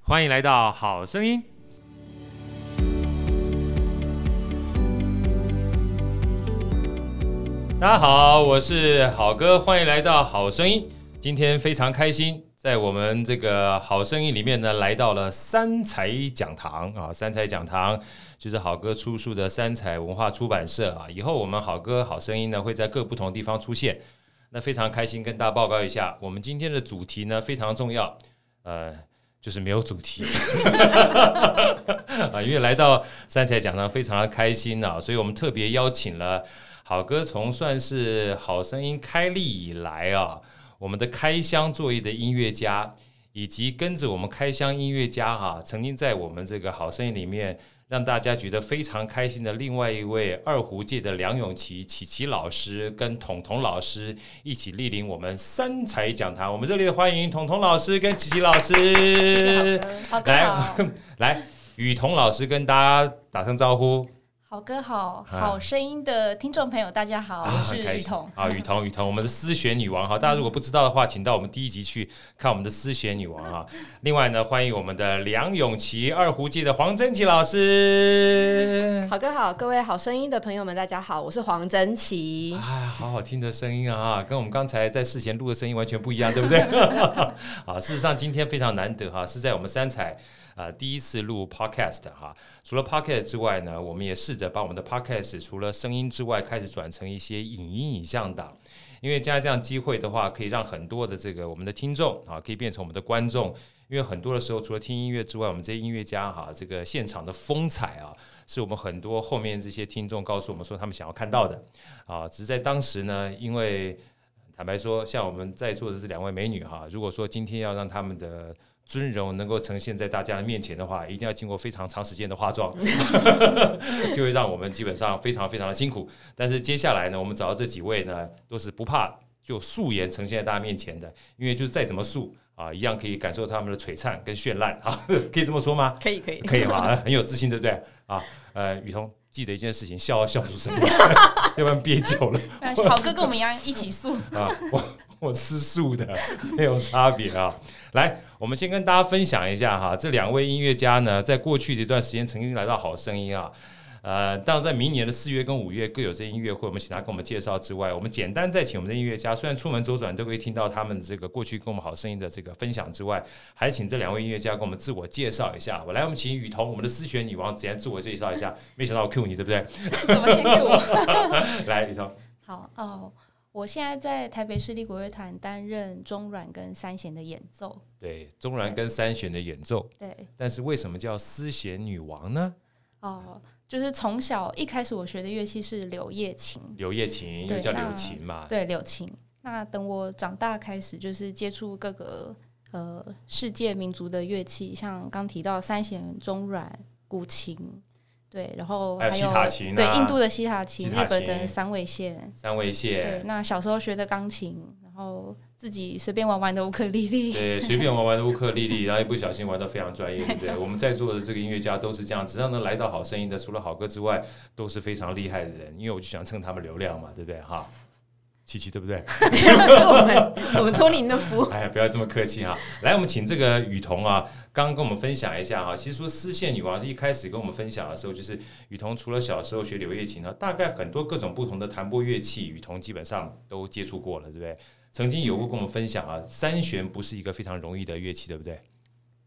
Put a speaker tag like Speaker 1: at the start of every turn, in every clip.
Speaker 1: 欢迎来到《好声音》。大家好，我是好哥，欢迎来到《好声音》。今天非常开心，在我们这个《好声音》里面呢，来到了三才讲堂啊。三才讲堂就是好哥出书的三彩文化出版社啊。以后我们好哥《好声音呢》会在各不同地方出现。那非常开心跟大家报告一下，我们今天的主题呢非常重要，呃，就是没有主题 啊，因为来到三彩讲堂非常的开心啊，所以我们特别邀请了好哥从算是好声音开立以来啊，我们的开箱作业的音乐家，以及跟着我们开箱音乐家哈、曾经在我们这个好声音里面。让大家觉得非常开心的另外一位二胡界的梁咏琪琪琪老师跟彤彤老师一起莅临我们三才讲堂，我们热烈地欢迎彤彤老师跟琪琪老师。
Speaker 2: 好哥
Speaker 1: 来
Speaker 2: 好，
Speaker 1: 来，雨桐老师跟大家打声招呼。
Speaker 2: 好哥好，
Speaker 1: 啊
Speaker 2: 好声音的听众朋友大家好，我啊是
Speaker 1: 很开
Speaker 2: 雨
Speaker 1: 心
Speaker 2: 桐。嗯
Speaker 1: 啊，雨桐，雨桐，我们的丝弦女王哈，大家如果不知道的话，请到我们第一集去看我们的丝弦女王哈。另外呢，欢迎我们的梁咏琪二胡界的黄真琪老师。
Speaker 3: 好歌好，各位好声音的朋友们，大家好，我是黄真琪。
Speaker 1: 啊，好好听的声音啊，跟我们刚才在事前录的声音完全不一样，对不对？ 啊，事实上今天非常难得哈、是在我们三彩啊、呃第一次录 podcast 哈、除了 podcast 之外呢，我们也试着把我们的 podcast 除了声音之外，开始转成一些影音影像档。因为加这样机会的话，可以让很多的这个我们的听众啊，可以变成我们的观众。因为很多的时候，除了听音乐之外，我们这些音乐家哈、这个现场的风采啊，是我们很多后面这些听众告诉我们说他们想要看到的。啊，只是在当时呢，因为坦白说，像我们在座的这两位美女哈、如果说今天要让她们的尊容能够呈现在大家的面前的话，一定要经过非常长时间的化妆， 就会让我们基本上非常非常的辛苦。但是接下来呢，我们找到这几位呢，都是不怕就素颜呈现在大家面前的，因为就是再怎么素啊，一样可以感受他们的璀璨跟绚烂啊， 可以这么说吗？
Speaker 3: 可以 可以，
Speaker 1: 可以吗？很有自信，对不对？啊，呃，雨桐记得一件事情，笑要笑出声， 要不然憋久了
Speaker 2: 但是好哥跟我们一样一 起素，
Speaker 1: 啊。我我吃素的，没有差别啊。来，我们先跟大家分享一下哈，这两位音乐家呢，在过去的一段时间曾经来到好声音啊。呃，当然，在明年的四月跟五月各有这音乐会，我们请他跟我们介绍之外，我们简单再请我们的音乐家，虽然出门左转都可以听到他们这个过去跟我们好声音的这个分享之外，还请这两位音乐家跟我们自我介绍一下。我来，我们请雨桐，我们的丝弦女王，简单自我介绍一下。没想到我 Q 你，对不对？
Speaker 2: 怎么先 Q 我？
Speaker 1: 来，雨桐，
Speaker 2: 好哦，我现在在台北市立国乐团担任中阮跟三弦的演奏。
Speaker 1: 对，中然跟三弦的演奏。
Speaker 2: 对
Speaker 1: 但是为什么叫丝弦女王呢？
Speaker 2: 哦，就是从小一开始我学的乐器是柳叶琴，
Speaker 1: 柳叶琴又
Speaker 2: 对
Speaker 1: 叫柳
Speaker 2: 那
Speaker 1: 琴嘛，
Speaker 2: 对柳琴。那等我长大开始，就是接触各个呃世界民族的乐器，像刚提到三弦、中阮、古琴，对，然后
Speaker 1: 还有
Speaker 2: 还
Speaker 1: 西
Speaker 2: 有
Speaker 1: 塔琴啊
Speaker 2: 对印度的西塔琴、
Speaker 1: 西塔
Speaker 2: 日本的
Speaker 1: 琴
Speaker 2: 三味线，
Speaker 1: 三味
Speaker 2: 对
Speaker 1: 线，，
Speaker 2: 那小时候学的钢琴，然后自己随便玩玩的乌克丽丽，
Speaker 1: 对，随便玩玩的乌克丽丽，然后一不小心玩到非常专业，对不 对？我们在座的这个音乐家都是这样，只要能来到好声音的，除了好歌之外，都是非常厉害的人，因为我就想蹭他们流量嘛，对不对？哈，琪琪对不对？
Speaker 3: 我们我们托您的福。
Speaker 1: 哎呀，不要这么客气哈。来，我们请这个雨桐啊，刚刚跟我们分享一下哈。其实说丝线女王是一开始跟我们分享的时候，就是雨桐除了小时候学柳叶琴呢，大概很多各种不同的弹拨乐器，雨桐基本上都接触过了，对不对？曾经有过跟我们分享啊，三弦不是一个非常容易的乐器，对不对？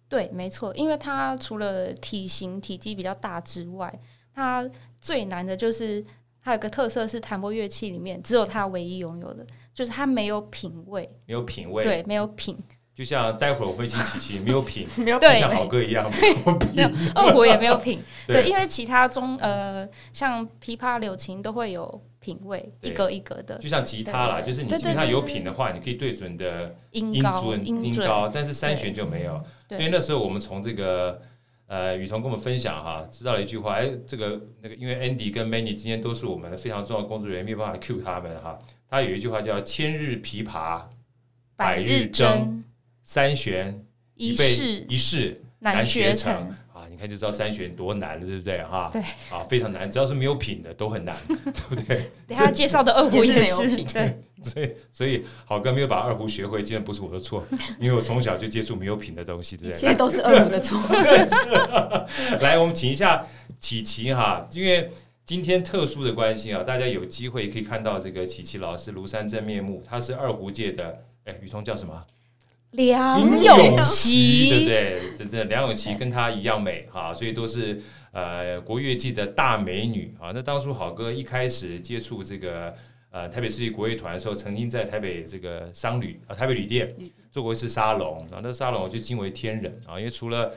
Speaker 2: 对，没错，因为它除了体型体积比较大之外，它最难的就是它有个特色是弹拨乐器里面只有它唯一拥有的，就是它没有品味，
Speaker 1: 没有品味，
Speaker 2: 对，没有品。
Speaker 1: 就像待会儿我会请琪琪，没有品，
Speaker 3: 没有
Speaker 1: 就
Speaker 2: 对
Speaker 1: 像好歌一样，没有
Speaker 2: 没
Speaker 1: 品
Speaker 2: 有。二胡也没 有品，
Speaker 1: 对
Speaker 2: 对，因为其他中呃，像琵琶、柳琴都会有品味，
Speaker 1: 对
Speaker 2: 一格一格的
Speaker 1: 就像吉他啦，
Speaker 2: 对
Speaker 1: 就是你
Speaker 2: 对
Speaker 1: 吉
Speaker 2: 对
Speaker 1: 他
Speaker 2: 对
Speaker 1: 有
Speaker 2: 对
Speaker 1: 品的话，你可以对准的
Speaker 2: 音
Speaker 1: 音
Speaker 2: 高、
Speaker 1: 准、音
Speaker 2: 准，
Speaker 1: 高，但是三弦就没有。
Speaker 2: 对
Speaker 1: 所以那时候我们从这个呃雨桐跟我们分享哈，知道了一句话，哎，这个那个，因为 Andy 跟 Manny 今天都是我们非常重要的工作人员，没有办法 cue 他们哈。他有一句话叫“千日琵琶百日
Speaker 2: 日
Speaker 1: 争，三弦
Speaker 2: 一
Speaker 1: 被
Speaker 2: 世
Speaker 1: 一世
Speaker 2: 难
Speaker 1: 学
Speaker 2: 学成。
Speaker 1: 啊，你看就知道三弦多难了，对不对哈？
Speaker 2: 对，
Speaker 1: 啊，非常难，只要是没有品的都很难， 对不对？
Speaker 2: 等一下介绍的二胡
Speaker 3: 也是没有
Speaker 2: 是
Speaker 3: 品
Speaker 2: 对，
Speaker 1: 所以，所以好哥没有把二胡学会，今天不是我的错，因为我从小就接触没有品的东西，对
Speaker 3: 一
Speaker 1: 不对？
Speaker 3: 切都是二胡的错。
Speaker 1: 来，我们请一下琪琪哈，因为今天特殊的关系啊，大家有机会可以看到这个琪琪老师庐山真面目，他是二胡界的。哎，雨桐叫什么？
Speaker 2: 梁
Speaker 1: 林琪，对
Speaker 2: 咏
Speaker 1: 不
Speaker 2: 琪，
Speaker 1: 对？这这梁咏琪跟她一样美哈、所以都是呃国乐界的大美女啊。那当初好哥一开始接触这个呃台北市立国乐团的时候，曾经在台北这个商旅啊台北旅店做过一次沙龙，然后那沙龙我就惊为天人啊，因为除了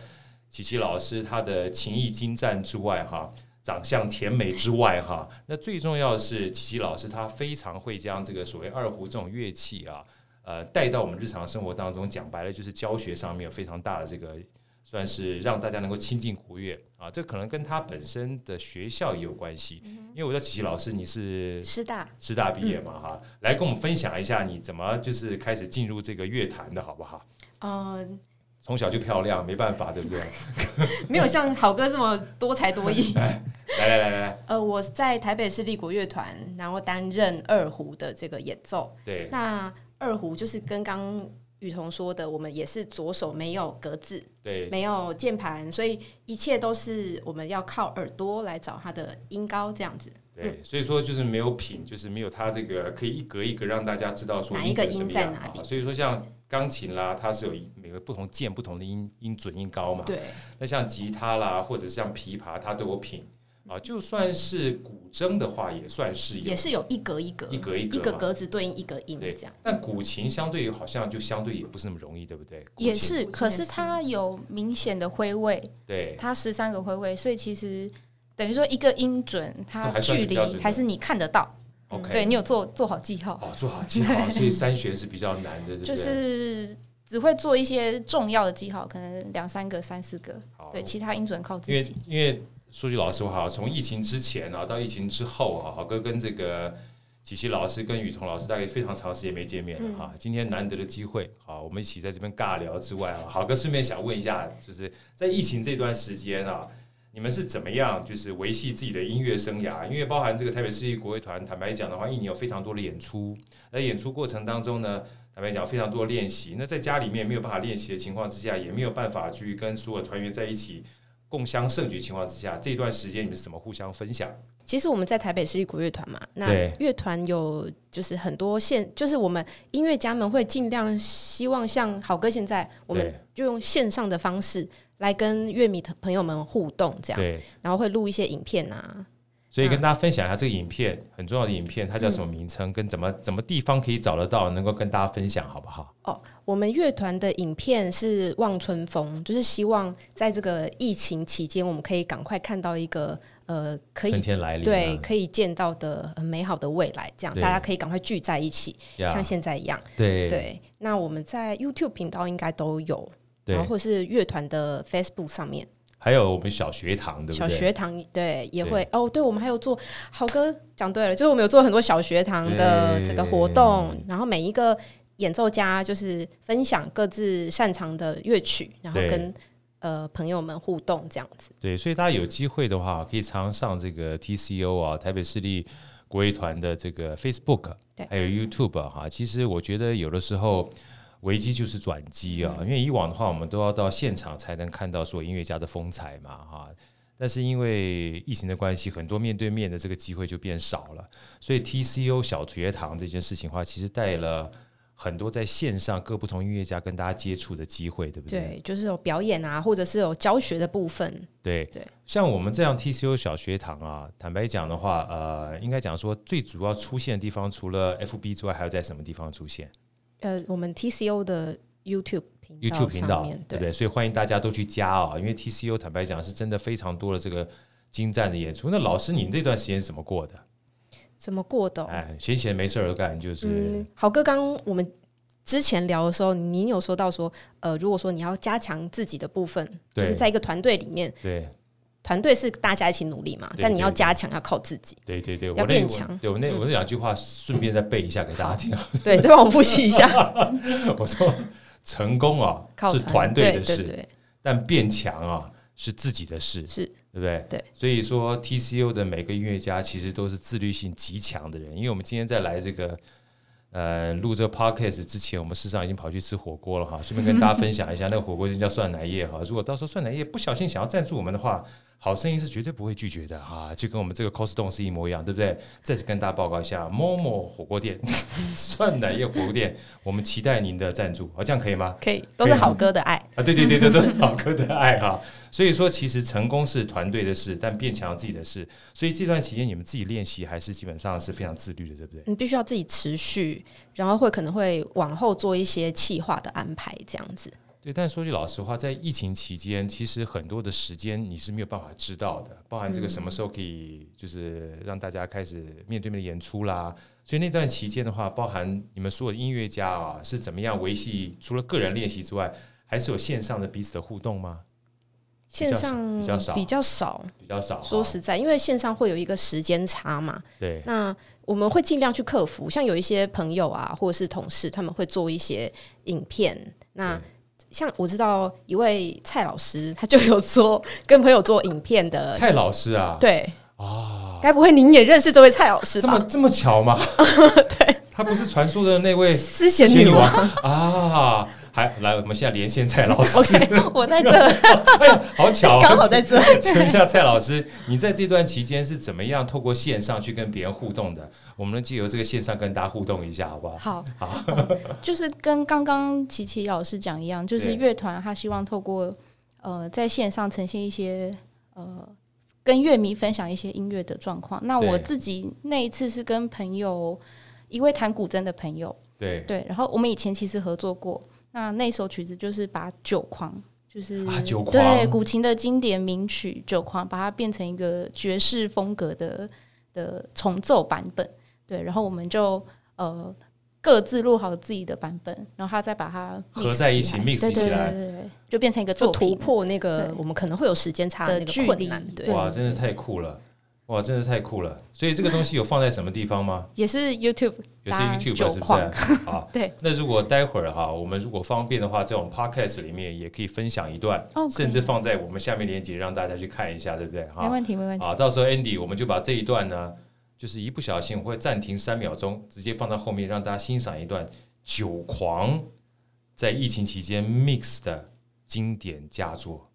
Speaker 1: 琪琪老师她的情艺精湛之外哈、长相甜美之外，哈，那最重要的是琪琪老师她非常会将这个所谓二胡这种乐器啊，呃，带到我们日常生活当中。讲白了，就是教学上面有非常大的这个，算是让大家能够亲近国乐啊。这可能跟他本身的学校也有关系，因为我知道琪琪老师你是
Speaker 3: 师大，
Speaker 1: 师大毕业嘛，哈，来跟我们分享一下你怎么就是开始进入这个乐坛的好不好？
Speaker 3: 嗯，
Speaker 1: 从小就漂亮，没办法，对不对？
Speaker 3: 没有像好哥这么多才多艺。
Speaker 1: 来来来来，
Speaker 3: 呃，我在台北市立国乐团，然后担任二胡的这个演奏。
Speaker 1: 对
Speaker 3: 那二胡就是跟刚雨桐说的，我们也是左手没有格子，
Speaker 1: 对
Speaker 3: 没有键盘，所以一切都是我们要靠耳朵来找它的音高这样子。
Speaker 1: 对，
Speaker 3: 嗯
Speaker 1: 所以说就是没有品，就是没有它这个可以一格一格让大家知道说
Speaker 3: 哪一个
Speaker 1: 音准怎么
Speaker 3: 音在
Speaker 1: 样
Speaker 3: 哪里
Speaker 1: 啊。所以说像钢琴啦，它是有一每个不同键不同的音音准音高嘛。
Speaker 3: 对，
Speaker 1: 那像吉他啦，或者像琵琶，它都有品啊。就算是古筝的话，也算是有
Speaker 3: 也。是有一格一格，
Speaker 1: 一格一格
Speaker 3: 一个
Speaker 1: 嘛
Speaker 3: 格子对应一个音
Speaker 1: 对
Speaker 3: 这样。
Speaker 1: 但古琴相对于好像就相对也不是那么容易，对不对？古
Speaker 2: 也
Speaker 1: 琴
Speaker 2: 是，可是它有明显的挥位，
Speaker 1: 对
Speaker 2: 它十三个挥位，所以其实等于说一个音准，它
Speaker 1: 还算是
Speaker 2: 距
Speaker 1: 比
Speaker 2: 离
Speaker 1: 较准的
Speaker 2: 还是你看得到，
Speaker 1: ，OK，
Speaker 2: 对你有做做好记号，
Speaker 1: 哦，做好记 号，所以三弦是比较难的，对不对？
Speaker 2: 就是只会做一些重要的记号，可能两三个、三四个，
Speaker 1: 好
Speaker 2: 对，其他音准靠
Speaker 1: 哦因
Speaker 2: 自
Speaker 1: 为
Speaker 2: 己。
Speaker 1: 因为说句老实话，从疫情之前啊到疫情之后啊，豪哥跟这个琪琪老师跟雨桐老师大概非常长时间没见面
Speaker 2: 嗯
Speaker 1: 了哈、今天难得的机会，好，我们一起在这边尬聊之外啊，豪哥顺便想问一下，就是在疫情这段时间啊。你们是怎么样，就是维系自己的音乐生涯？因为包含这个台北市立国乐团，坦白讲的话，一年有非常多的演出。在演出过程当中呢，坦白讲非常多的练习。那在家里面没有办法练习的情况之下，也没有办法去跟所有团员在一起共襄盛举情况之下，这段时间你们是怎么互相分享？
Speaker 3: 其实我们在台北市立国乐团嘛，那
Speaker 1: 对
Speaker 3: 乐团有就是很多现，就是我们音乐家们会尽量希望像好哥现在，我们
Speaker 1: 对
Speaker 3: 就用线上的方式来跟乐迷朋友们互动，这样，
Speaker 1: 对，
Speaker 3: 然后会录一些影片啊。
Speaker 1: 所以跟大家分享一下这个影片，很重要的影片，它叫什么名称，跟怎么怎么地方可以找得到，能够跟大家分享，好不好？
Speaker 3: 哦，我们乐团的影片是《望春风》，就是希望在这个疫情期间，我们可以赶快看到一个呃，可
Speaker 1: 春
Speaker 3: 以
Speaker 1: 天来临、啊，
Speaker 3: 对可以见到的很美好的未来，这样
Speaker 1: 对
Speaker 3: 大家可以赶快聚在一起，
Speaker 1: 呀
Speaker 3: 像现在一样。
Speaker 1: 对
Speaker 3: 对，那我们在 YouTube 频道应该都有，然后
Speaker 1: 对，
Speaker 3: 或是乐团的 Facebook 上面，
Speaker 1: 还有我们小学堂，对不
Speaker 3: 小
Speaker 1: 对？
Speaker 3: 学堂对也会哦，对我们还有做好哥讲对了，就是我们有做很多小学堂的这个活动，然后每一个演奏家就是分享各自擅长的乐曲，然后
Speaker 1: 对
Speaker 3: 跟呃朋友们互动这样子。
Speaker 1: 对，所以大家有机会的话，可以常常上这个 TCO 啊，台北市立国乐团的这个 Facebook，
Speaker 3: 对
Speaker 1: 还有 YouTube 啊哈、其实我觉得有的时候危机就是转机啊，因为以往的话，我们都要到现场才能看到所有音乐家的风采嘛哈、但是因为疫情的关系，很多面对面的这个机会就变少了，所以 TCO 小学堂这件事情的话，其实带了很多在线上各不同音乐家跟大家接触的机会，对不
Speaker 3: 对，就是有表演啊，或者是有教学的部分，
Speaker 1: 对
Speaker 3: 对，
Speaker 1: 像我们这样 TCO 小学堂啊，坦白讲的话，呃，应该讲说最主要出现的地方，除了 FB 之外，还有在什么地方出现
Speaker 3: 呃，我们 TCO 的 YouTube 频道
Speaker 1: ？YouTube 频道
Speaker 3: 上面，
Speaker 1: 对
Speaker 3: 对
Speaker 1: 不对？所以欢迎大家都去加啊、因为 TCO 坦白讲是真的非常多的这个精湛的演出。那老师，你这段时间是怎么过的？
Speaker 3: 怎么过的哦、
Speaker 1: 哎，闲闲没事儿干，就是、
Speaker 3: 嗯，豪哥，刚我们之前聊的时候，您有说到说，呃，如果说你要加强自己的部分，
Speaker 1: 对
Speaker 3: 就是在一个团队里面，
Speaker 1: 对。
Speaker 3: 团队是大家一起努力嘛，
Speaker 1: 对
Speaker 3: 但你要
Speaker 1: 对对，
Speaker 3: 加强，要靠自己
Speaker 1: 对对对，我
Speaker 3: 要
Speaker 1: 那
Speaker 3: 变
Speaker 1: 我
Speaker 3: 强嗯
Speaker 1: 对我那我那两句话，顺便再背一下给大家听。
Speaker 3: 对，再帮我复习一下，
Speaker 1: 我说，成功啊
Speaker 3: 靠
Speaker 1: 是团队的
Speaker 3: 对
Speaker 1: 事，
Speaker 3: 对对，
Speaker 1: 但变强啊是自己的事，
Speaker 3: 是
Speaker 1: 对不对？
Speaker 3: 对，
Speaker 1: 所以说 TCO 的每个音乐家其实都是自律性极强的人，因为我们今天在来这个呃录这个 podcast 之前，我们事实上已经跑去吃火锅了哈，顺便跟大家分享一下，那个火锅就叫蒜奶叶哈。如果到时候蒜奶叶不小心想要赞助我们的话，好声音是绝对不会拒绝的哈、就跟我们这个 Costco 是一模一样，对不对？再次跟大家报告一下，Momo 火锅店、 蒜奶叶火锅店，我们期待您的赞助，好，这样可以吗？
Speaker 3: 可以，都是好哥的爱，
Speaker 1: 啊，对对对对，都是老哥的爱哈、 所以说，其实成功是团队的事，但变强自己的事。所以这段期间你们自己练习，还是基本上是非常自律的，对不对？
Speaker 3: 你必须要自己持续，然后会可能会往后做一些企划的安排，这样子。
Speaker 1: 对。但说句老实话，在疫情期间，其实很多的时间你是没有办法知道的，包含这个什么时候可以就是让大家开始面对面的演出啦。所以那段期间的话，包含你们所有的音乐家啊，是怎么样维系除了个人练习之外，还是有线上的彼此的互动吗？比较
Speaker 3: 线
Speaker 1: 少
Speaker 3: 上
Speaker 1: 比较少
Speaker 3: 比较少，
Speaker 1: 比较少啊。
Speaker 3: 说实在，因为线上会有一个时间差嘛，
Speaker 1: 对
Speaker 3: 那我们会尽量去克服。像有一些朋友啊，或者是同事，他们会做一些影片。那像我知道一位蔡老师，他就有做跟朋友做影片的，
Speaker 1: 蔡老师啊，
Speaker 3: 对。
Speaker 1: 啊，
Speaker 3: 该不会您也认识这位蔡老师
Speaker 1: 这么
Speaker 3: 吧？
Speaker 1: 这么巧 吗？对，他不是传说的那位
Speaker 3: 丝弦女王，
Speaker 1: 啊！还来，我们现在连线蔡 老师，
Speaker 2: 我在这，
Speaker 1: 哎呀， 好巧、
Speaker 3: 刚好在这。
Speaker 1: 请问一下蔡老师，你在这段期间是怎么样透过线上去跟别人互动的？我们能借由这个线上跟大家互动一下，好不好？
Speaker 2: 好，
Speaker 1: 好，
Speaker 2: 就是跟刚刚琪琪老师讲一样，就
Speaker 1: 对
Speaker 2: 是乐团他希望透过呃在线上呈现一些呃跟乐迷分享一些音乐的状况。那
Speaker 1: 对
Speaker 2: 我自己那一次是跟朋友一位弹古筝的朋友，
Speaker 1: 对
Speaker 2: 对，然后我们以前其实合作过，那那首曲子就是把《酒狂》。就是、
Speaker 1: 啊酒狂
Speaker 2: 对古琴的经典名曲《酒狂》，把它变成一个爵士风格的的重奏版本。对，然后我们就呃各自录好自己的版本，然后他再把它
Speaker 1: 合在一起 mix
Speaker 2: 对对
Speaker 1: 起来
Speaker 2: 对对对，就变成一个
Speaker 3: 就
Speaker 2: 作
Speaker 3: 突
Speaker 2: 品。
Speaker 3: 破那个
Speaker 2: 对
Speaker 3: 我们可能会有时间差
Speaker 2: 的
Speaker 3: 那
Speaker 2: 距
Speaker 3: 个困难
Speaker 2: 离，
Speaker 3: 对，
Speaker 1: 哇，真的太酷了，哇，真的太酷了。所以这个东西有放在什么地方吗？
Speaker 2: 也是 YouTube
Speaker 1: 有些
Speaker 2: 搭
Speaker 1: YouTube
Speaker 2: 酒
Speaker 1: 是不
Speaker 2: 框
Speaker 1: 是？啊，
Speaker 2: 对。
Speaker 1: 那如果待会儿哈，我们如果方便的话，在我们 Podcast 里面也可以分享一段，
Speaker 2: 哦可以
Speaker 1: 甚至放在我们下面链接让大家去看一下，对不对？
Speaker 2: 没
Speaker 1: 哈，
Speaker 2: 问题，没问题。
Speaker 1: 好，到时候 Andy 我们就把这一段呢，就是一不小心我会暂停三秒钟，直接放到后面让大家欣赏一段酒狂在疫情期间 mix 的经典佳作。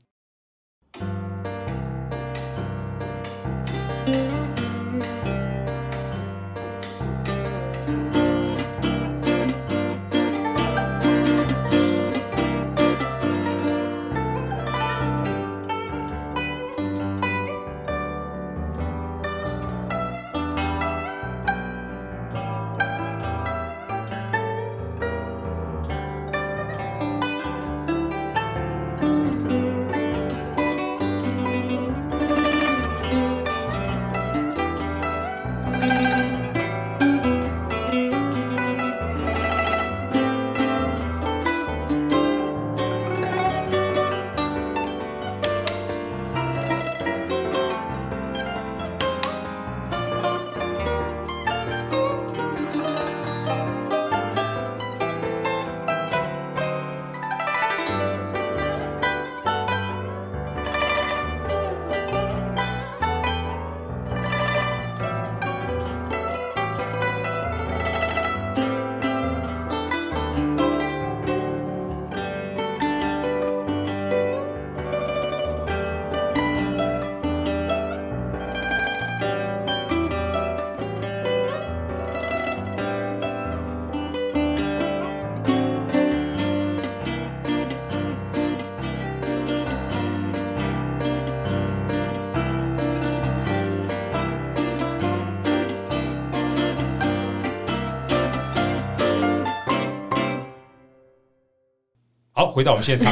Speaker 1: 好，回到我们现场。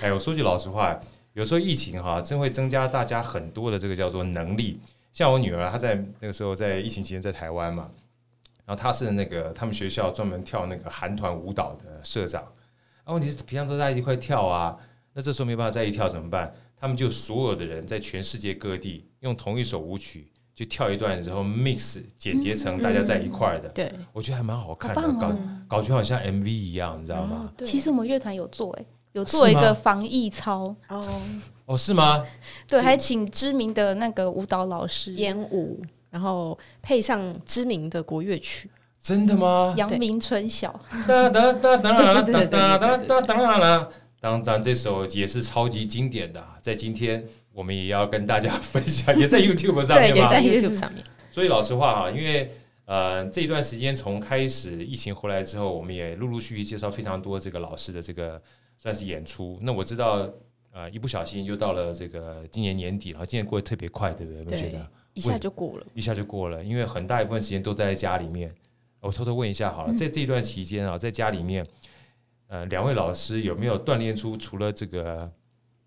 Speaker 1: 哎，我说句老实话，有时候疫情哈、真会增加大家很多的这个叫做能力。像我女儿，她在那个时候在疫情期间在台湾嘛，然后她是那个他们学校专门跳那个韩团舞蹈的社长。啊，问题是平常都在一块跳啊，那这时候没办法在一起跳怎么办？他们就所有的人在全世界各地用同一首舞曲就跳一段，然后 mix 剪辑成大家在一块儿的。
Speaker 3: 对，
Speaker 1: 我觉得还蛮好看
Speaker 2: 嗯好
Speaker 1: 的，
Speaker 2: 棒
Speaker 1: 搞
Speaker 2: 哦
Speaker 1: 搞就好像 MV 一样，你知道吗？
Speaker 3: 对
Speaker 2: 其实我们乐团有做哎、有做一
Speaker 1: 是吗
Speaker 2: 个防疫操，
Speaker 3: 哦，
Speaker 1: 哦，是吗？
Speaker 2: 对，
Speaker 3: 这
Speaker 2: 还请知名的那个舞蹈老师
Speaker 3: 演舞，然后配上知名的国乐曲，
Speaker 1: 真的吗？
Speaker 2: 杨明春晓，
Speaker 1: 哒哒哒哒哒
Speaker 3: 对
Speaker 1: 哒
Speaker 3: 对对对
Speaker 1: 哒哒
Speaker 3: 对
Speaker 1: 哒哒啦！当然，这首也是超级经典的啊，在今天我们也要跟大家分享，也在 YouTube 上
Speaker 2: 对
Speaker 1: 面
Speaker 3: 也
Speaker 1: 嘛。
Speaker 3: 在
Speaker 2: 对
Speaker 3: YouTube 上面。
Speaker 1: 所以老实话哈、因为呃这一段时间从开始疫情回来之后，我们也陆陆续续介绍非常多这个老师的这个算是演出。那我知道呃一不小心就到了这个今年年底，然后今年过得特别快，对不对？有没有觉
Speaker 3: 对
Speaker 1: 得
Speaker 3: 一下就过了，
Speaker 1: 一下就过了？因为很大一部分时间都待在家里面。我偷偷问一下好
Speaker 3: 嗯
Speaker 1: 了，在这一段期间啊，在家里面，呃，两位老师有没有锻炼出除了这个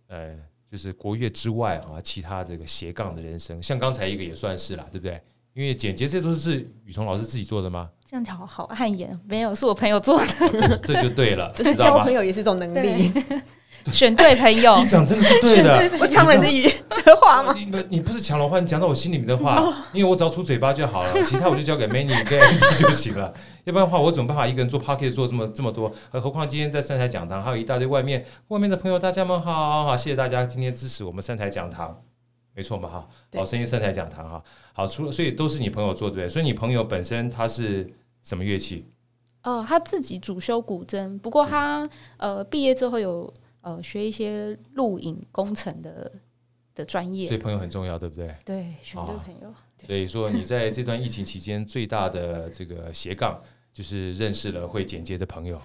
Speaker 1: 呃？就是国乐之外啊，其他这个斜杠的人生，像刚才一个也算是啦，对不对？因为剪接这都是雨桐老师自己做的吗？
Speaker 2: 这样好好汗颜，没有是我朋友做的，
Speaker 1: 这这就对了，
Speaker 3: 就是
Speaker 1: 知道
Speaker 3: 交
Speaker 1: 吧
Speaker 3: 朋？友也是一种能力。
Speaker 2: 选对朋友
Speaker 1: 你，讲真的是对的，
Speaker 3: 我唱人的语的话吗？哦
Speaker 1: 你不你不是抢了话，你讲到我心里面的话，因为我只要出嘴巴就好 了，其他我就交给 Many 跟 Andy 就行了。要不然的话，我怎么办法一个人做 p o c k e t 做这么这么多？呃何况今天在三台讲堂还有一大堆外面外面的朋友，大家们好，好谢谢大家今天支持我们三台讲堂，没错嘛哈，
Speaker 3: 对
Speaker 1: 好声音三台讲堂哈，好，除了所以都是你朋友做对不对？所以你朋友本身他是什么乐器？
Speaker 2: 呃，他自己主修古筝，不过他呃毕业之后有呃学一些录影工程的的专
Speaker 1: 所以
Speaker 2: 业，
Speaker 1: 朋友很重要，对不对？
Speaker 2: 对，选对
Speaker 1: 啊
Speaker 2: 朋友，
Speaker 1: 所以说，你在这段疫情期间最大的这个斜杠，就是认识了会剪接的朋友，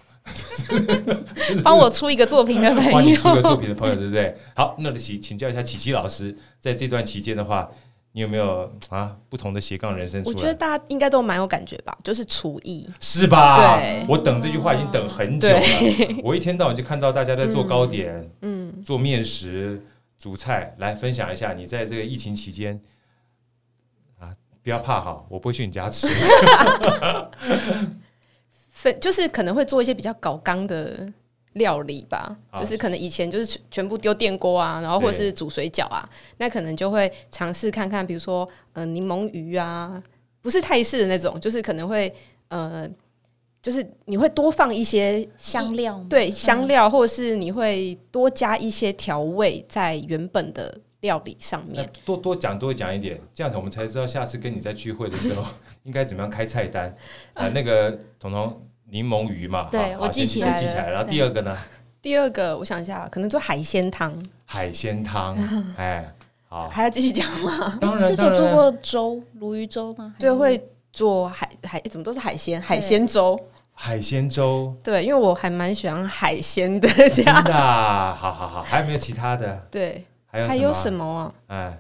Speaker 2: 帮我出一个作品的
Speaker 3: 哎
Speaker 2: 朋
Speaker 1: 帮你出个作
Speaker 2: 友。
Speaker 1: 品的朋友，对不对？好，那请请教一下琪琪老师，在这段期间的话，你有没有啊不同的斜杠人生出
Speaker 3: 我觉得
Speaker 1: 来？
Speaker 3: 大家应该都蛮有感觉吧，就是厨艺。
Speaker 1: 是吧
Speaker 3: 对？
Speaker 1: 我等这句话已经等很久了。我一天到晚就看到大家在做糕点、
Speaker 3: 嗯，
Speaker 1: 做面食、煮菜，来分享一下你在这个疫情期间啊，不要怕哈，我不会去你家吃。
Speaker 3: 分就是可能会做一些比较搞纲的料理吧，
Speaker 1: 啊
Speaker 3: 就是可能以前就是全全部丢电锅啊，然后或者
Speaker 1: 对
Speaker 3: 是煮水饺啊，那可能就会尝试看看，比如说呃柠檬鱼啊，不是泰式的那种，就是可能会呃，就是你会多放一些
Speaker 2: 香料吗
Speaker 3: 对香料，或者是你会多加一些调味在原本的料理上
Speaker 1: 那
Speaker 3: 面。
Speaker 1: 多多讲多讲一点，这样子我们才知道下次跟你在聚会的时候 应该怎么样开菜单。啊，那个彤彤柠檬鱼嘛，
Speaker 2: 对
Speaker 1: 啊
Speaker 2: 我
Speaker 1: 好
Speaker 2: 记
Speaker 1: 先
Speaker 2: 起来
Speaker 1: 先记起
Speaker 2: 了
Speaker 1: 来。然后
Speaker 2: 对
Speaker 1: 第二个呢，
Speaker 3: 第二个，我想一下，可能做海鲜汤，
Speaker 1: 海鲜 汤，哎，好，
Speaker 3: 还要继续讲吗？
Speaker 1: 当
Speaker 2: 嗯是
Speaker 1: 然
Speaker 2: 否
Speaker 1: 当
Speaker 2: 做
Speaker 1: 然，
Speaker 2: 过粥，鲈鱼粥吗？
Speaker 3: 对，
Speaker 2: 还是
Speaker 3: 会做海海怎么都是海鲜，海鲜粥。
Speaker 1: 海鲜粥，
Speaker 3: 对，因为我还蛮喜欢海鲜的， 这
Speaker 1: 真
Speaker 3: 样。
Speaker 1: 的啊，好好好，还有没有其他的？
Speaker 3: 对，
Speaker 1: 还有
Speaker 3: 还有什
Speaker 1: 什么？
Speaker 3: 么啊？
Speaker 1: 哎，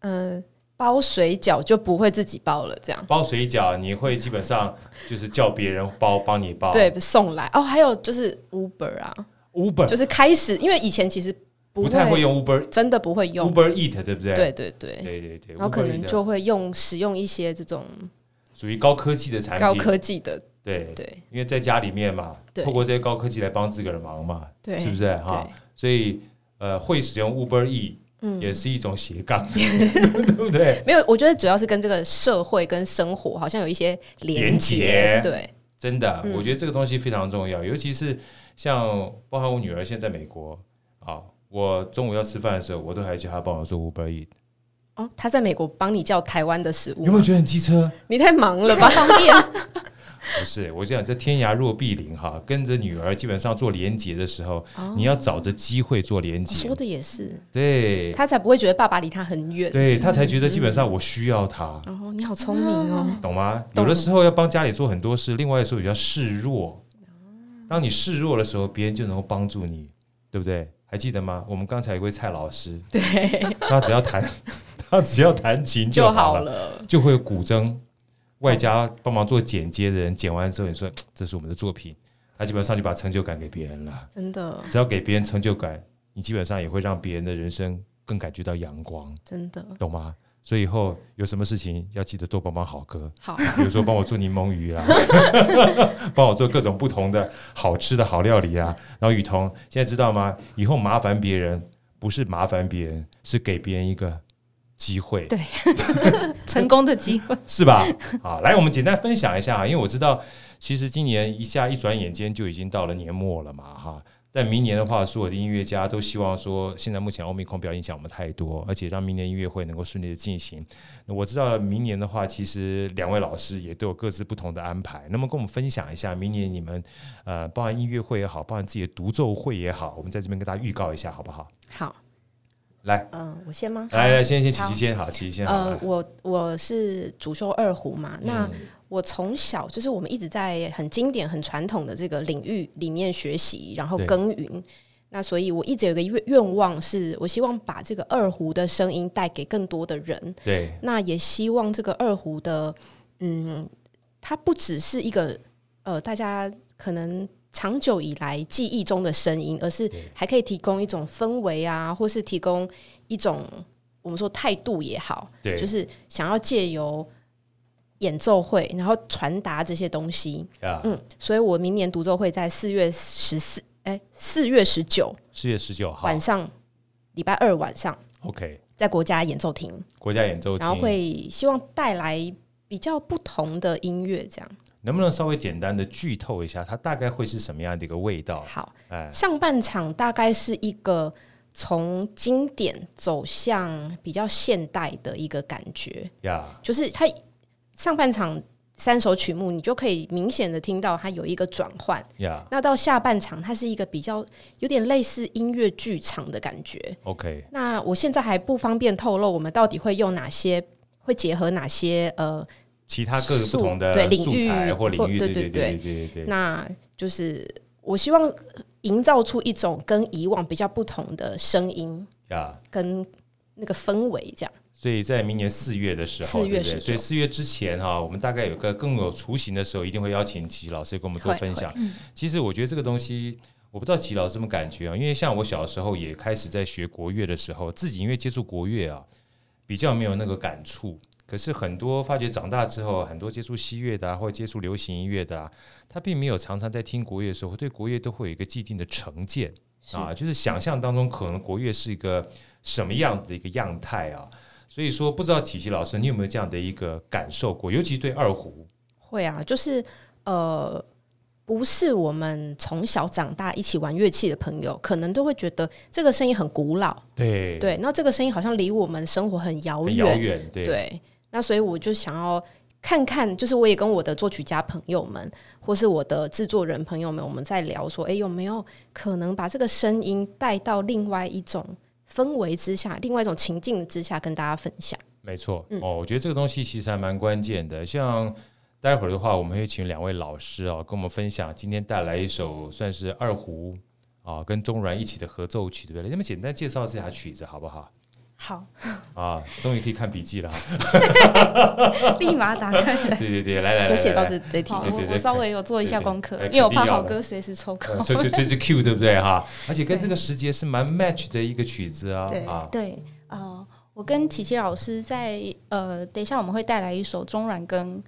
Speaker 3: 嗯、包水饺就不会自己包了，这样。
Speaker 1: 包水饺你会基本上就是叫别人包帮你包，
Speaker 3: 对，送来哦。还有就是 Uber 啊，
Speaker 1: ，Uber
Speaker 3: 就是开始，因为以前其实不
Speaker 1: 不太会用 Uber
Speaker 3: 真的不会用。
Speaker 1: Uber Eat，对不对？
Speaker 3: 对对对，
Speaker 1: 对对对，
Speaker 3: 然后
Speaker 1: Uber
Speaker 3: 可能
Speaker 1: Eat
Speaker 3: 就会用使用一些这种
Speaker 1: 属于高科技的产品，
Speaker 3: 高科技的，
Speaker 1: 对
Speaker 3: 对
Speaker 1: 因为在家里面嘛，
Speaker 3: 对
Speaker 1: 透过这些高科技来帮自个人忙嘛，
Speaker 3: 对
Speaker 1: 是不是哈？
Speaker 3: 对，
Speaker 1: 所以呃，会使用 Uber E
Speaker 3: 嗯，
Speaker 1: 也是一种斜 杠，对不对？
Speaker 3: 没有，我觉得主要是跟这个社会跟生活好像有一些
Speaker 1: 连结
Speaker 3: 结对，
Speaker 1: 真的，
Speaker 3: 嗯
Speaker 1: 我觉得这个东西非常重要，尤其是像包含我女儿现在在美国啊，我中午要吃饭的时候，我都还叫她帮我做 Uber E，
Speaker 3: 哦，他在美国帮你叫台湾的食物
Speaker 1: 有没有，觉得很机车？
Speaker 3: 你太忙了吧？
Speaker 2: 方便
Speaker 1: 不是，我讲这天涯若比邻哈，跟着女儿基本上做连结的时候，
Speaker 3: 哦啊
Speaker 1: 你要找着机会做连结
Speaker 3: 说，的也是，
Speaker 1: 对，
Speaker 3: 他才不会觉得爸爸离他很远。
Speaker 1: 对她才觉
Speaker 3: 嗯
Speaker 1: 得基本上我需要她。
Speaker 3: 哦，你好聪明哦，
Speaker 1: 懂吗？
Speaker 3: 懂
Speaker 1: 有的时候要帮家里做很多事，另外的时候比较示弱。当你示弱的时候，别人就能够帮助你，对不对？还记得吗？我们刚才有一位蔡老师，对， 他只要弹，他只要弹琴就好
Speaker 3: 嗯好
Speaker 1: 了，
Speaker 3: 了。
Speaker 1: 就会有古筝，外加帮忙做剪接的人，剪完之后你说嘖这是我们的作品，他基本上就把成就感给别人了。
Speaker 3: 真的，
Speaker 1: 只要给别人成就感，你基本上也会让别人的人生更感觉到阳光，
Speaker 3: 真的
Speaker 1: 懂吗？所以以后有什么事情要记得多帮帮好哥。
Speaker 3: 好，
Speaker 1: 比如说帮我做柠檬鱼啊， 帮我做各种不同的好吃的好料理啊。然后雨桐现在知道吗？以后麻烦别人不是麻烦别人，是给别人一个机会，
Speaker 2: 对成功的机会，
Speaker 1: 是吧？ 好，来我们简单分享一下啊，因为我知道其实今年一下一转眼间就已经到了年末了嘛，哈。但明年的话，所有的音乐家都希望说，现在目前欧米空不要影响我们太多，而且让明年音乐会能够顺利的进行。那我知道明年的话，其实两位老师也都有各自不同的安排。那么跟我们分享一下，明年你们呃，包含音乐会也好，包含自己的独奏会也好，我们在这边跟大家预告一下，好不好？
Speaker 3: 好，
Speaker 1: 来，
Speaker 3: 嗯、我先吗？
Speaker 1: 来来，先先琪琪先好，琪琪先哎好。哎
Speaker 3: 呃，我我是主修二胡嘛，那
Speaker 1: 嗯
Speaker 3: 我从小就是我们一直在很经典、很传统的这个领域里面学习，然后
Speaker 1: 对
Speaker 3: 耕耘。那所以我一直有一个愿愿望是，我希望把这个二胡的声音带给更多的人。
Speaker 1: 对
Speaker 3: 那也希望这个二胡的，嗯，它不只是一个呃，大家可能长久以来记忆中的声音，而是还可以提供一种氛围啊，或是提供一种我们说态度也好，
Speaker 1: 对，
Speaker 3: 就是想要借由演奏会，然后传达这些东西。
Speaker 1: 啊，
Speaker 3: 嗯，所以我明年独奏会在四月十四，哎，四月十九
Speaker 1: 四月十九号
Speaker 3: 晚上，礼拜二晚上
Speaker 1: ，OK，
Speaker 3: 在国家演奏厅。
Speaker 1: 国家演奏
Speaker 3: 然后
Speaker 1: 厅。
Speaker 3: 会希望带来比较不同的音乐，这样
Speaker 1: 能不能稍微简单的剧透一下，它大概会是什么样的一个味道？
Speaker 3: 好。
Speaker 1: 哎，
Speaker 3: 上半场大概是一个从经典走向比较现代的一个感觉，
Speaker 1: 呀，
Speaker 3: 就是它上半场三首曲目，你就可以明显的听到它有一个转换。
Speaker 1: 呀
Speaker 3: 那到下半场，它是一个比较有点类似音乐剧场的感觉。
Speaker 1: ，OK，
Speaker 3: 那我现在还不方便透露我们到底会用哪些，会结合哪些呃
Speaker 1: 其他各个不同的
Speaker 3: 对领
Speaker 1: 素
Speaker 3: 域
Speaker 1: 材或领域，
Speaker 3: 或
Speaker 1: 对对
Speaker 3: 对
Speaker 1: 对
Speaker 3: 对
Speaker 1: 对对，
Speaker 3: 那就是我希望营造出一种跟以往比较不同的声音
Speaker 1: 呀。
Speaker 3: 跟那个氛围，这样
Speaker 1: 所以在明年四月的时候，
Speaker 3: 4月
Speaker 1: 对不对？
Speaker 3: 19
Speaker 1: 所以四月之前哈、我们大概有个更有雏形的时候，一定会邀请齐老师给我们做
Speaker 3: 会嗯
Speaker 1: 分享。其实我觉得这个东西，我不知道齐老师什么感觉啊，因为像我小时候也开始在学国乐的时候，自己因为接触国乐啊，比较没有那个感触。可是很多发觉长大之后，很多接触西乐的啊，或者接触流行音乐的啊，他并没有常常在听国乐的时候，对国乐都会有一个既定的成见啊，就是想象当中可能国乐是一个什么样子的一个样态啊。所以说，不知道体系老师你有没有这样的一个感受过，尤其对二胡，
Speaker 3: 会啊，就是呃，不是我们从小长大一起玩乐器的朋友，可能都会觉得这个声音很古老，
Speaker 1: 对，
Speaker 3: 对，那这个声音好像离我们生活很遥
Speaker 1: 很
Speaker 3: 远，
Speaker 1: 遥远，对，
Speaker 3: 对，那所以我就想要看看，就是我也跟我的作曲家朋友们，或是我的制作人朋友们，我们在聊说，诶，有没有可能把这个声音带到另外一种氛围之下，另外一种情境之下跟大家分享？
Speaker 1: 没错，哦，我觉得这个东西其实还蛮关键的。像待会儿的话，我们会请两位老师啊、跟我们分享今天带来一首算是二胡啊跟中阮一起的合奏曲，对不对？那么简单介绍一下曲子好不好？
Speaker 2: 好，
Speaker 1: 啊，终于可以看笔记了啊，
Speaker 2: 立马打开。
Speaker 1: 对对对，来来来
Speaker 3: 有
Speaker 1: 来，
Speaker 3: 写到
Speaker 1: 来
Speaker 3: 这这题
Speaker 2: 好，
Speaker 1: 对对
Speaker 2: 我
Speaker 1: 对
Speaker 2: 我稍微有做一下功课
Speaker 1: 对，对
Speaker 2: 因为我
Speaker 1: 哎
Speaker 2: 怕
Speaker 1: 肯定要
Speaker 2: 好
Speaker 1: 的
Speaker 2: 歌随时抽
Speaker 1: 呃
Speaker 2: 空。
Speaker 1: 所以就这是 Q 对不对哈？而且跟
Speaker 2: 对
Speaker 1: 这个时节是蛮 match 的一个曲子啊
Speaker 3: 对
Speaker 1: 啊，
Speaker 2: 对，呃，我跟琪琪老师在呃，等一下我们会带来一首中阮跟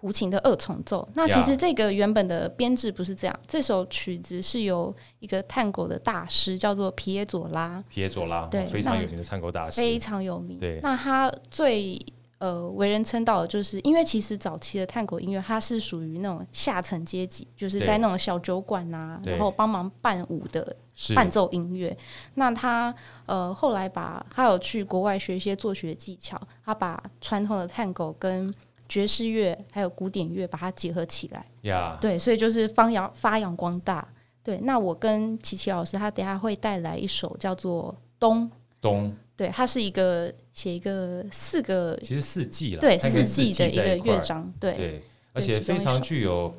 Speaker 2: 胡琴的二重奏。那其
Speaker 1: Yeah
Speaker 2: 实这个原本的编制不是这样，这首曲子是由一个探戈的大师叫做皮耶佐拉，
Speaker 1: 皮耶佐拉
Speaker 2: 对
Speaker 1: 非常
Speaker 2: 那
Speaker 1: 有名的唱歌大师，
Speaker 2: 非常有名。
Speaker 1: 对
Speaker 2: 那他最呃为人称道的就是，因为其实早期的探戈音乐，它是属于那种下层阶级，就是
Speaker 1: 对
Speaker 2: 在那种小酒馆啊，
Speaker 1: 对
Speaker 2: 然后帮忙伴舞的
Speaker 1: 是
Speaker 2: 伴奏音乐。那他呃后来把他有去国外学一些作曲的技巧，他把传统的探戈跟爵士乐还有古典乐把它结合起来。
Speaker 1: 呀，
Speaker 2: 对，所以就是发扬发扬光大。对，那我跟琪琪老师，他等一下会带来一首叫做《冬》，
Speaker 1: 冬
Speaker 2: 对，它是一个写一个四个
Speaker 1: 其实四季了，
Speaker 2: 对
Speaker 1: 它跟
Speaker 2: 四季的
Speaker 1: 季
Speaker 2: 一
Speaker 1: 在
Speaker 2: 个
Speaker 1: 块儿
Speaker 2: 乐章，对
Speaker 1: 对，而
Speaker 2: 对
Speaker 1: 且
Speaker 2: 其中
Speaker 1: 非
Speaker 2: 一
Speaker 1: 常
Speaker 2: 首
Speaker 1: 具有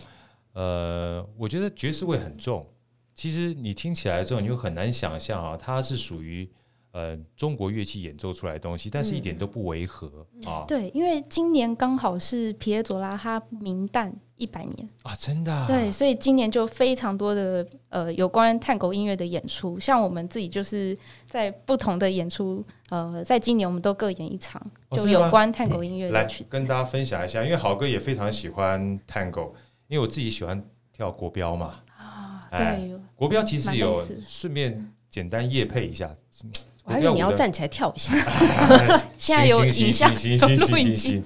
Speaker 1: 呃，我觉得爵士味很重。其实你听起来之后，你就很难想象啊，它是属于呃中国乐器演奏出来的东西，但是一点都不违和、啊
Speaker 2: 嗯对，因为今年刚好是皮耶佐拉他明旦一百年，
Speaker 1: 啊，真的、啊、
Speaker 2: 对，所以今年就非常多的呃有关探戈音乐的演出，像我们自己就是在不同的演出，呃，在今年我们都各演一场，
Speaker 1: 哦
Speaker 2: 就
Speaker 1: 真的吗
Speaker 2: 有关探戈音乐
Speaker 1: 来
Speaker 2: 的曲。
Speaker 1: 跟大家分享一下，因为好哥也非常喜欢探戈，因为我自己喜欢跳国标嘛，哎，
Speaker 2: 啊对，
Speaker 1: 国标其实
Speaker 2: 蛮类
Speaker 1: 有
Speaker 2: 似
Speaker 1: 顺便简单夜配一下，
Speaker 3: 我还以为你要站起来跳一下，
Speaker 2: 现在有影像
Speaker 1: 行行行行行。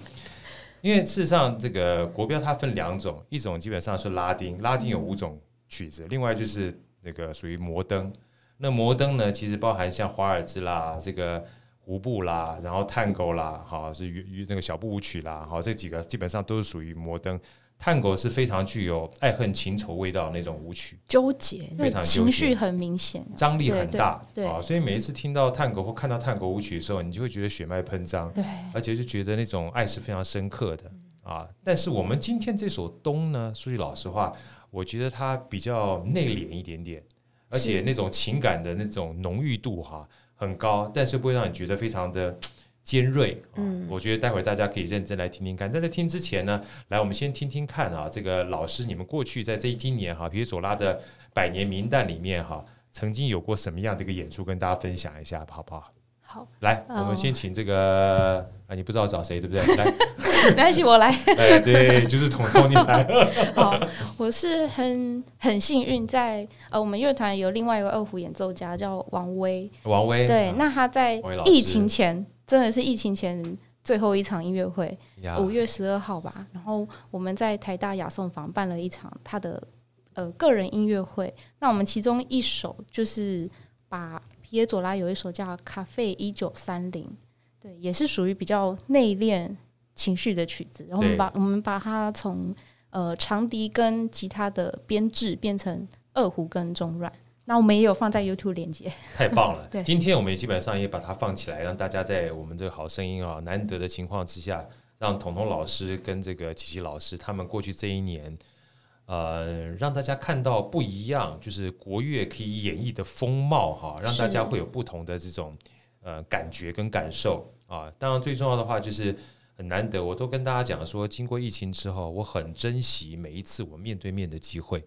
Speaker 1: 因为事实上，这个国标它分两种，一种基本上是拉丁，拉丁有五种曲子，另外就是那个属于摩登。那摩登呢，其实包含像华尔兹啦，这个胡步啦，然后探戈啦，哈，是与那个小步舞曲啦，好，这几个基本上都是属于摩登。探戈是非常具有爱恨情仇味道的那种舞曲，
Speaker 3: 纠结，
Speaker 1: 非常
Speaker 2: 情
Speaker 1: 纠
Speaker 2: 绪
Speaker 1: 结
Speaker 2: 很明显啊、
Speaker 1: 张力很
Speaker 2: 对
Speaker 1: 大
Speaker 2: 对对
Speaker 1: 啊，所以每一次听到探戈或看到探戈舞曲的时候，你就会觉得血脉喷张。
Speaker 2: 对，嗯
Speaker 1: 而且就觉得那种爱是非常深刻的啊。但是我们今天这首《冬》呢，说句老实话，我觉得它比较内敛一点点，而且那种情感的那种浓郁度哈、很高，但是不会让你觉得非常的。尖锐，啊
Speaker 3: 嗯
Speaker 1: 我觉得待会儿大家可以认真来听听看。但在听之前呢，来我们先听听看啊，这个老师你们过去在这一今年哈、比如左拉的百年名旦里面哈、曾经有过什么样的一个演出，跟大家分享一下，好不好？
Speaker 2: 好，
Speaker 1: 来，
Speaker 2: 哦
Speaker 1: 我们先请这个啊，你不知道找谁对不对？ 来，
Speaker 2: 没关系，我来。
Speaker 1: 哎，对，就是彤彤你来，
Speaker 2: 好，我是很很幸运在，呃，我们乐团有另外一位二胡演奏家叫王威，
Speaker 1: 王威。
Speaker 2: 对，
Speaker 1: 啊
Speaker 2: 那他在
Speaker 1: 王威老师
Speaker 2: 疫情前，真的是疫情前最后一场音乐会，
Speaker 1: 哎呀
Speaker 2: 五月十二号吧，然后我们在台大雅颂坊办了一场他的呃个人音乐会。那我们其中一首就是把皮耶佐拉有一首叫《咖啡一九三零》，对，也是属于比较内敛情绪的曲子。然后我们把我们把它从呃长笛跟吉他的编制变成二胡跟中阮。那我们也有放在 YouTube 连接，
Speaker 1: 太棒了！
Speaker 2: 对
Speaker 1: 今天我们也基本上也把它放起来，让大家在我们这个好声音啊难得的情况之下，让彤彤老师跟这个琪琪老师他们过去这一年，呃，让大家看到不一样，就是国乐可以演绎的风貌哈、让大家
Speaker 2: 是
Speaker 1: 会有不同的这种呃感觉跟感受啊。当然，最重要的话就是。很难得，我都跟大家讲说，经过疫情之后，我很珍惜每一次我面对面的机会，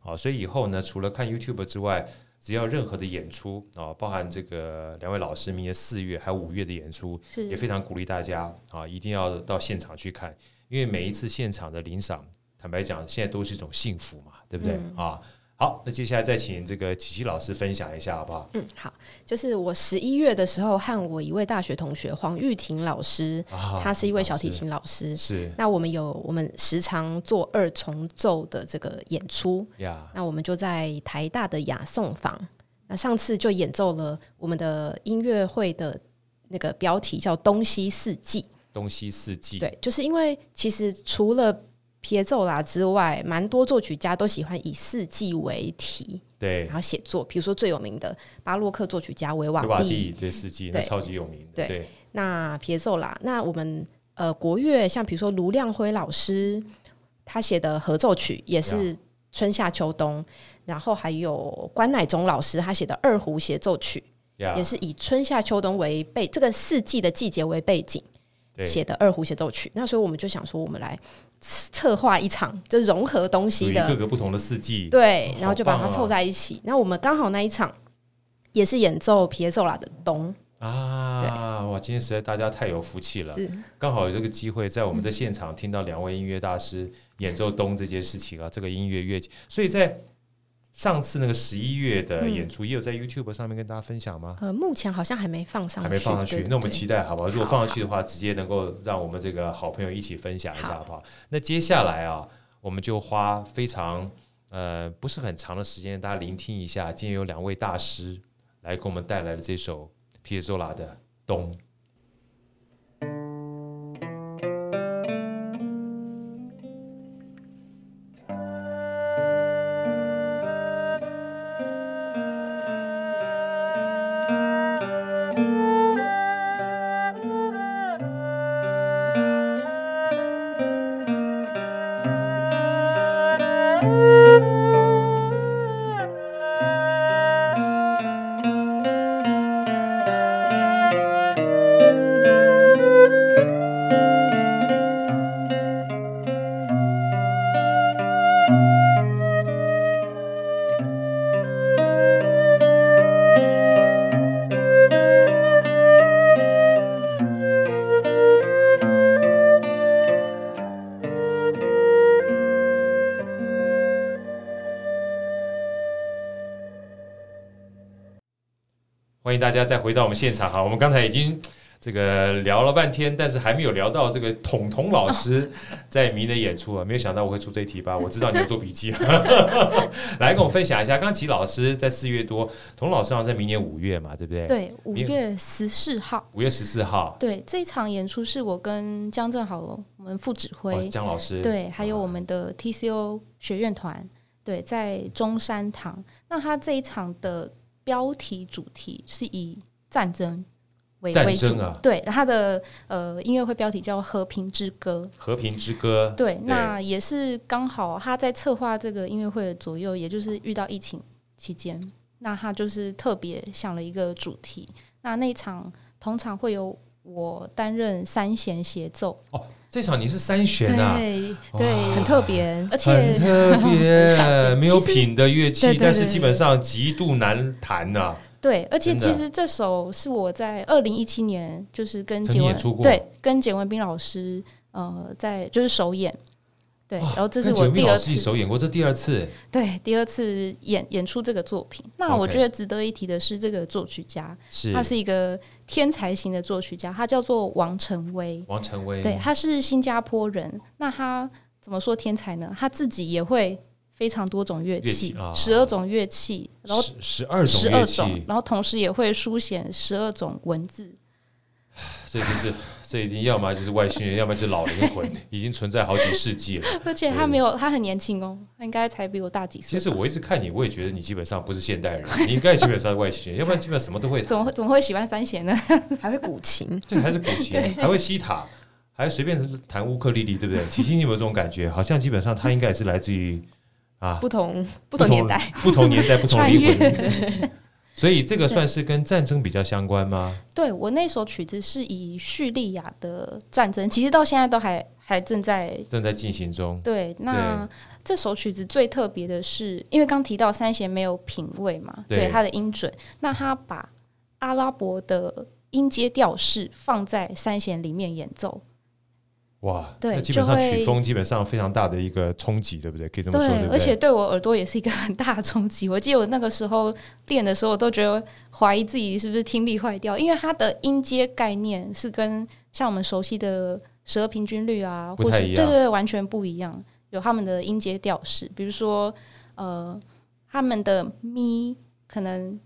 Speaker 1: 啊，所以以后呢，除了看 YouTube 之外，只要任何的演出啊，包含这个两位老师明年四月还有五月的演出，也
Speaker 2: 是
Speaker 1: 非常鼓励大家啊，一定要到现场去看，因为每一次现场的领赏，坦白讲，现在都是一种幸福嘛，对不对、
Speaker 3: 嗯
Speaker 1: 啊？好，那接下来再请这个琪琪老师分享一下好不好？
Speaker 3: 嗯，好，就是我十一月的时候和我一位大学同学黄玉婷老师，
Speaker 1: 啊，
Speaker 3: 他是一位小提琴老师。
Speaker 1: 是
Speaker 3: 那我们有我们时常做二重奏的这个演出，
Speaker 1: 呀，
Speaker 3: 那我们就在台大的雅颂坊。那上次就演奏了我们的音乐会的那个标题叫《东西四季》。
Speaker 1: 东西四季，
Speaker 3: 对，就是因为其实除了撇奏啦之外，蛮多作曲家都喜欢以四季为题，
Speaker 1: 对
Speaker 3: 然，后写作。比如说最有名的巴洛克作曲家维瓦
Speaker 1: 对吧？
Speaker 3: 第，
Speaker 1: 第对四季，那
Speaker 3: 对
Speaker 1: 超级有名的，
Speaker 3: 对
Speaker 1: 对
Speaker 3: 那撇奏啦，那我们呃国乐像比如说卢亮辉老师，他写的合奏曲也是春夏秋冬，然后还有关乃忠老师他写的二胡协奏曲，
Speaker 1: 呀
Speaker 3: 也，是以春夏秋冬为背这个四季的季节为背景。
Speaker 1: 对
Speaker 3: 写的二胡协奏曲。那所以我们就想说，我们来策划一场，就是融合东
Speaker 1: 属
Speaker 3: 西
Speaker 1: 于
Speaker 3: 的，
Speaker 1: 各个不同的四季，
Speaker 3: 对，
Speaker 1: 好
Speaker 3: 然后就把
Speaker 1: 棒
Speaker 3: 它
Speaker 1: 啊
Speaker 3: 凑在一起。那我们刚好那一场也是演奏皮耶奏拉的《冬
Speaker 1: 啊，哇！今天实在大家太有福气了
Speaker 3: 是，
Speaker 1: 刚好有这个机会，在我们的现场听到两位音乐大师演奏冬这件事情啊，这个音乐乐器，所以在上次那个十一月的演
Speaker 3: 嗯
Speaker 1: 出，也有在 YouTube 上面跟大家分享吗》。？
Speaker 3: 呃，目前好像还没放上
Speaker 1: 还
Speaker 3: 去，
Speaker 1: 没放上
Speaker 3: 对
Speaker 1: 去，
Speaker 3: 对
Speaker 1: 那我们
Speaker 3: 对
Speaker 1: 期待好不好？如果
Speaker 3: 好
Speaker 1: 放上去的话，直接能够让我们这个好朋友一起分享一下好不好？那接下来啊，我们就花非常呃不是很长的时间，大家聆听一下，今天有两位大师来给我们带来的这首皮耶佐拉的《冬》。欢迎大家再回到我们现场哈，我们刚才已经这个聊了半天，但是还没有聊到这个彤彤老师
Speaker 2: 哦
Speaker 1: 在迷的演出啊，没有想到我会出这一题吧？ 我知道你有做笔记，啊 来跟我分享一下。刚刚齐老师在四月多，童老师好像在明年五月嘛，对不对？
Speaker 2: 对，五月十四号，
Speaker 1: 五月十四号，
Speaker 2: 对这一场演出是我跟江正好我们副指
Speaker 1: 哦
Speaker 2: 挥，
Speaker 1: 江老师，啊
Speaker 2: 对，还
Speaker 1: 哦
Speaker 2: 有我们的 TCO 学院团，对，在中山堂。那他这一场的标题主题是以战争为
Speaker 1: 战
Speaker 2: 为
Speaker 1: 争
Speaker 2: 主，
Speaker 1: 啊
Speaker 2: 对，他的呃音乐会标题叫《和平之歌》。
Speaker 1: 和平之歌，
Speaker 2: 对，那也是刚好他在策划这个音乐会的左右，也就是遇到疫情期间，那他就是特别想了一个主题。那那一场通常会有我担任三弦协奏，
Speaker 1: 哦这场你是三
Speaker 2: 对
Speaker 1: 弦啊，
Speaker 2: 对，
Speaker 3: 很特别。
Speaker 2: 而且
Speaker 1: 很特 别，没有
Speaker 2: 其实
Speaker 1: 品的乐器
Speaker 2: 对，对
Speaker 1: 但是
Speaker 2: 对
Speaker 1: 基本上极度难弹啊呐。
Speaker 2: 对，而且
Speaker 1: 真的
Speaker 2: 其实这首是我在二零一七年就是跟
Speaker 1: 曾
Speaker 2: 简
Speaker 1: 经
Speaker 2: 文
Speaker 1: 演出过
Speaker 2: 对跟简文斌老师呃在就是首演，对，然后这是
Speaker 1: 哦跟
Speaker 2: 我
Speaker 1: 九妹
Speaker 2: 第
Speaker 1: 老
Speaker 2: 二
Speaker 1: 师一
Speaker 2: 次
Speaker 1: 首演过，这第二次
Speaker 2: 对第二次演演出这个作品。那
Speaker 1: OK
Speaker 2: 我觉得值得一提的是这个作曲家，
Speaker 1: 是
Speaker 2: 他是一个天才型的作曲家，他叫做王晨威，
Speaker 1: 王晨威，
Speaker 2: 对，他是新加坡人。那他怎么说天才呢？他自己也会非常多种乐
Speaker 1: 乐器
Speaker 2: 器
Speaker 1: 啊，
Speaker 2: 十二、种乐器，然后
Speaker 1: 十十二
Speaker 2: 十
Speaker 1: 种
Speaker 2: 二
Speaker 1: 乐
Speaker 2: 种
Speaker 1: 器，，
Speaker 2: 然后同时也会书写十二种文字。
Speaker 1: 这就是这已经要么就是外星人，要么就是老灵魂， 已经存在好几世纪了。
Speaker 2: 而且他没有，他很年轻哦，他应该才比我大几岁
Speaker 1: 其
Speaker 2: 吧。
Speaker 1: 实我一直看你，我也觉得你基本上不是现代人，你应该基本上是外星人，要不然基本上什么都会弹，
Speaker 2: 怎么会怎么会喜欢三弦呢？
Speaker 3: 还会古琴，
Speaker 1: 对，还是古琴，还会西塔，还随便弹乌克丽丽，对不对？琪琪，你有没有这种感觉？好像基本上他应该也是来自于啊
Speaker 3: 不同不同年代，、
Speaker 1: 不同年代、不同
Speaker 2: 穿
Speaker 1: 灵
Speaker 2: 越
Speaker 1: 魂。 所以这个算是跟战争比较相关吗？
Speaker 2: 对我那首曲子是以叙利亚的战争，其实到现在都还还正在
Speaker 1: 正在进行中。
Speaker 2: 对，那这首曲子最特别的是，因为刚提到三弦没有品位嘛，
Speaker 1: 对
Speaker 2: 对它的音准，那他把阿拉伯的音阶调式放在三弦里面演奏，
Speaker 1: 哇，
Speaker 2: 对
Speaker 1: 那基本上
Speaker 2: 就会
Speaker 1: 曲风基本上非常大的一个冲击，对不对？可以这么说，对
Speaker 2: 对，
Speaker 1: 不对？
Speaker 2: 而且对我耳朵也是一个很大的冲击。 我记得我那个时候练的时候，我都觉得怀疑自己是不是听力坏掉，因为它的音阶概念是跟像我们熟悉的十二平均律啊，
Speaker 1: 不
Speaker 2: 或
Speaker 1: 太
Speaker 2: 是
Speaker 1: 一
Speaker 2: 对
Speaker 1: 样
Speaker 2: 对对，完全不一样，有他们的音阶调式，比如说呃，他们的咪可能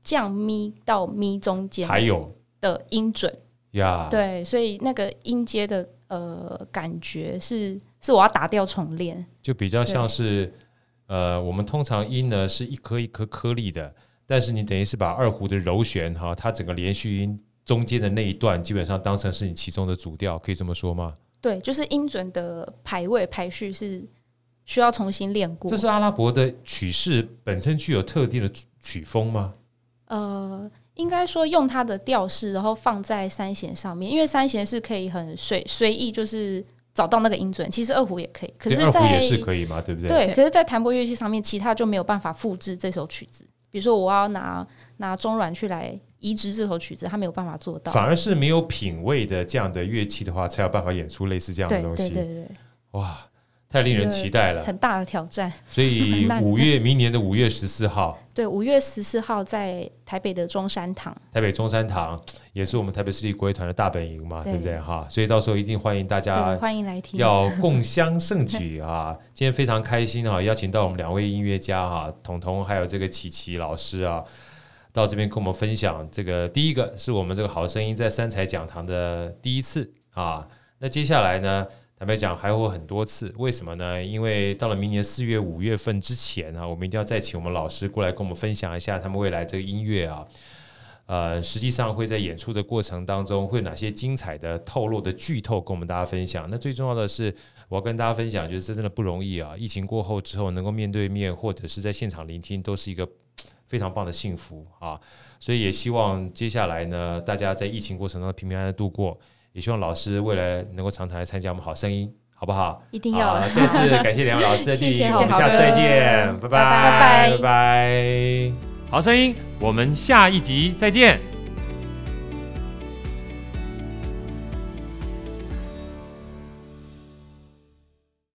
Speaker 2: 降咪到咪中间
Speaker 1: 还有
Speaker 2: 的音准，
Speaker 1: 呀，
Speaker 2: 对，所以那个音阶的呃感觉是是我要打掉重练。
Speaker 1: 就比较像是呃，我们通常音呢是一颗一颗颗粒的，但是你等于是把二胡的揉弦哈，它整个连续音中间的那一段基本上当成是你其中的主调，可以这么说吗？
Speaker 2: 对，就是音准的排位排序是需要重新练过
Speaker 1: 这。是阿拉伯的曲式本身具有特定的曲风吗？
Speaker 2: 呃，应该说用它的调式，然后放在三弦上面，因为三弦是可以很随随意就是找到那个音准，其实二胡也可以，可
Speaker 1: 对，
Speaker 2: 是
Speaker 1: 二胡
Speaker 2: 在
Speaker 1: 也是可以嘛，对不对？
Speaker 2: 对，可是，在弹拨乐器上面，其他就没有办法复制这首曲子。比如说，我要拿拿中阮去来移植这首曲子，它没有办法做到。
Speaker 1: 反而是没有品味的这样的乐器的话，才有办法演出类似这样的
Speaker 2: 对
Speaker 1: 东
Speaker 2: 对
Speaker 1: 西。啊
Speaker 2: 对对，
Speaker 1: 哇，太令人期待了
Speaker 2: 对！很大的挑战。
Speaker 1: 所以
Speaker 2: 那
Speaker 1: 五月明年的五月十四号，
Speaker 2: 对，五月十四号在台北的中山堂。
Speaker 1: 台北中山堂也是我们台北市立国乐团的大本营嘛，对
Speaker 2: 对
Speaker 1: 不对哈？所以到时候一定欢迎大
Speaker 2: 对，
Speaker 1: 家
Speaker 2: 欢迎来听。
Speaker 1: 要共襄盛举啊！ 今天非常开心啊，邀请到我们两位音乐家哈、彤彤还有这个琪琪老师啊，到这边跟我们分享这个第一个是我们这个好声音在三彩讲堂的第一次啊，那接下来呢？坦白讲，还会有很多次，为什么呢？因为到了明年四月、五月份之前啊，我们一定要再请我们老师过来跟我们分享一下他们未来这个音乐啊，呃，实际上会在演出的过程当中会有哪些精彩的透露的剧透跟我们大家分享。那最重要的是，我要跟大家分享，就是这真的不容易啊！疫情过后之后，能够面对面或者是在现场聆听，都是一个嘖非常棒的幸福啊！所以也希望接下来呢，大家在疫情过程当中平平安安地度过，也希望老师未来能够常常来参加我们好声音，好不好？
Speaker 2: 一定要
Speaker 1: 好
Speaker 2: 了。
Speaker 1: 再啊次感谢两位老师的莅
Speaker 2: 谢谢
Speaker 1: 临，我
Speaker 2: 好
Speaker 1: 们下次再见，拜
Speaker 3: 拜
Speaker 1: 拜拜拜。好声音，我们下一集再见。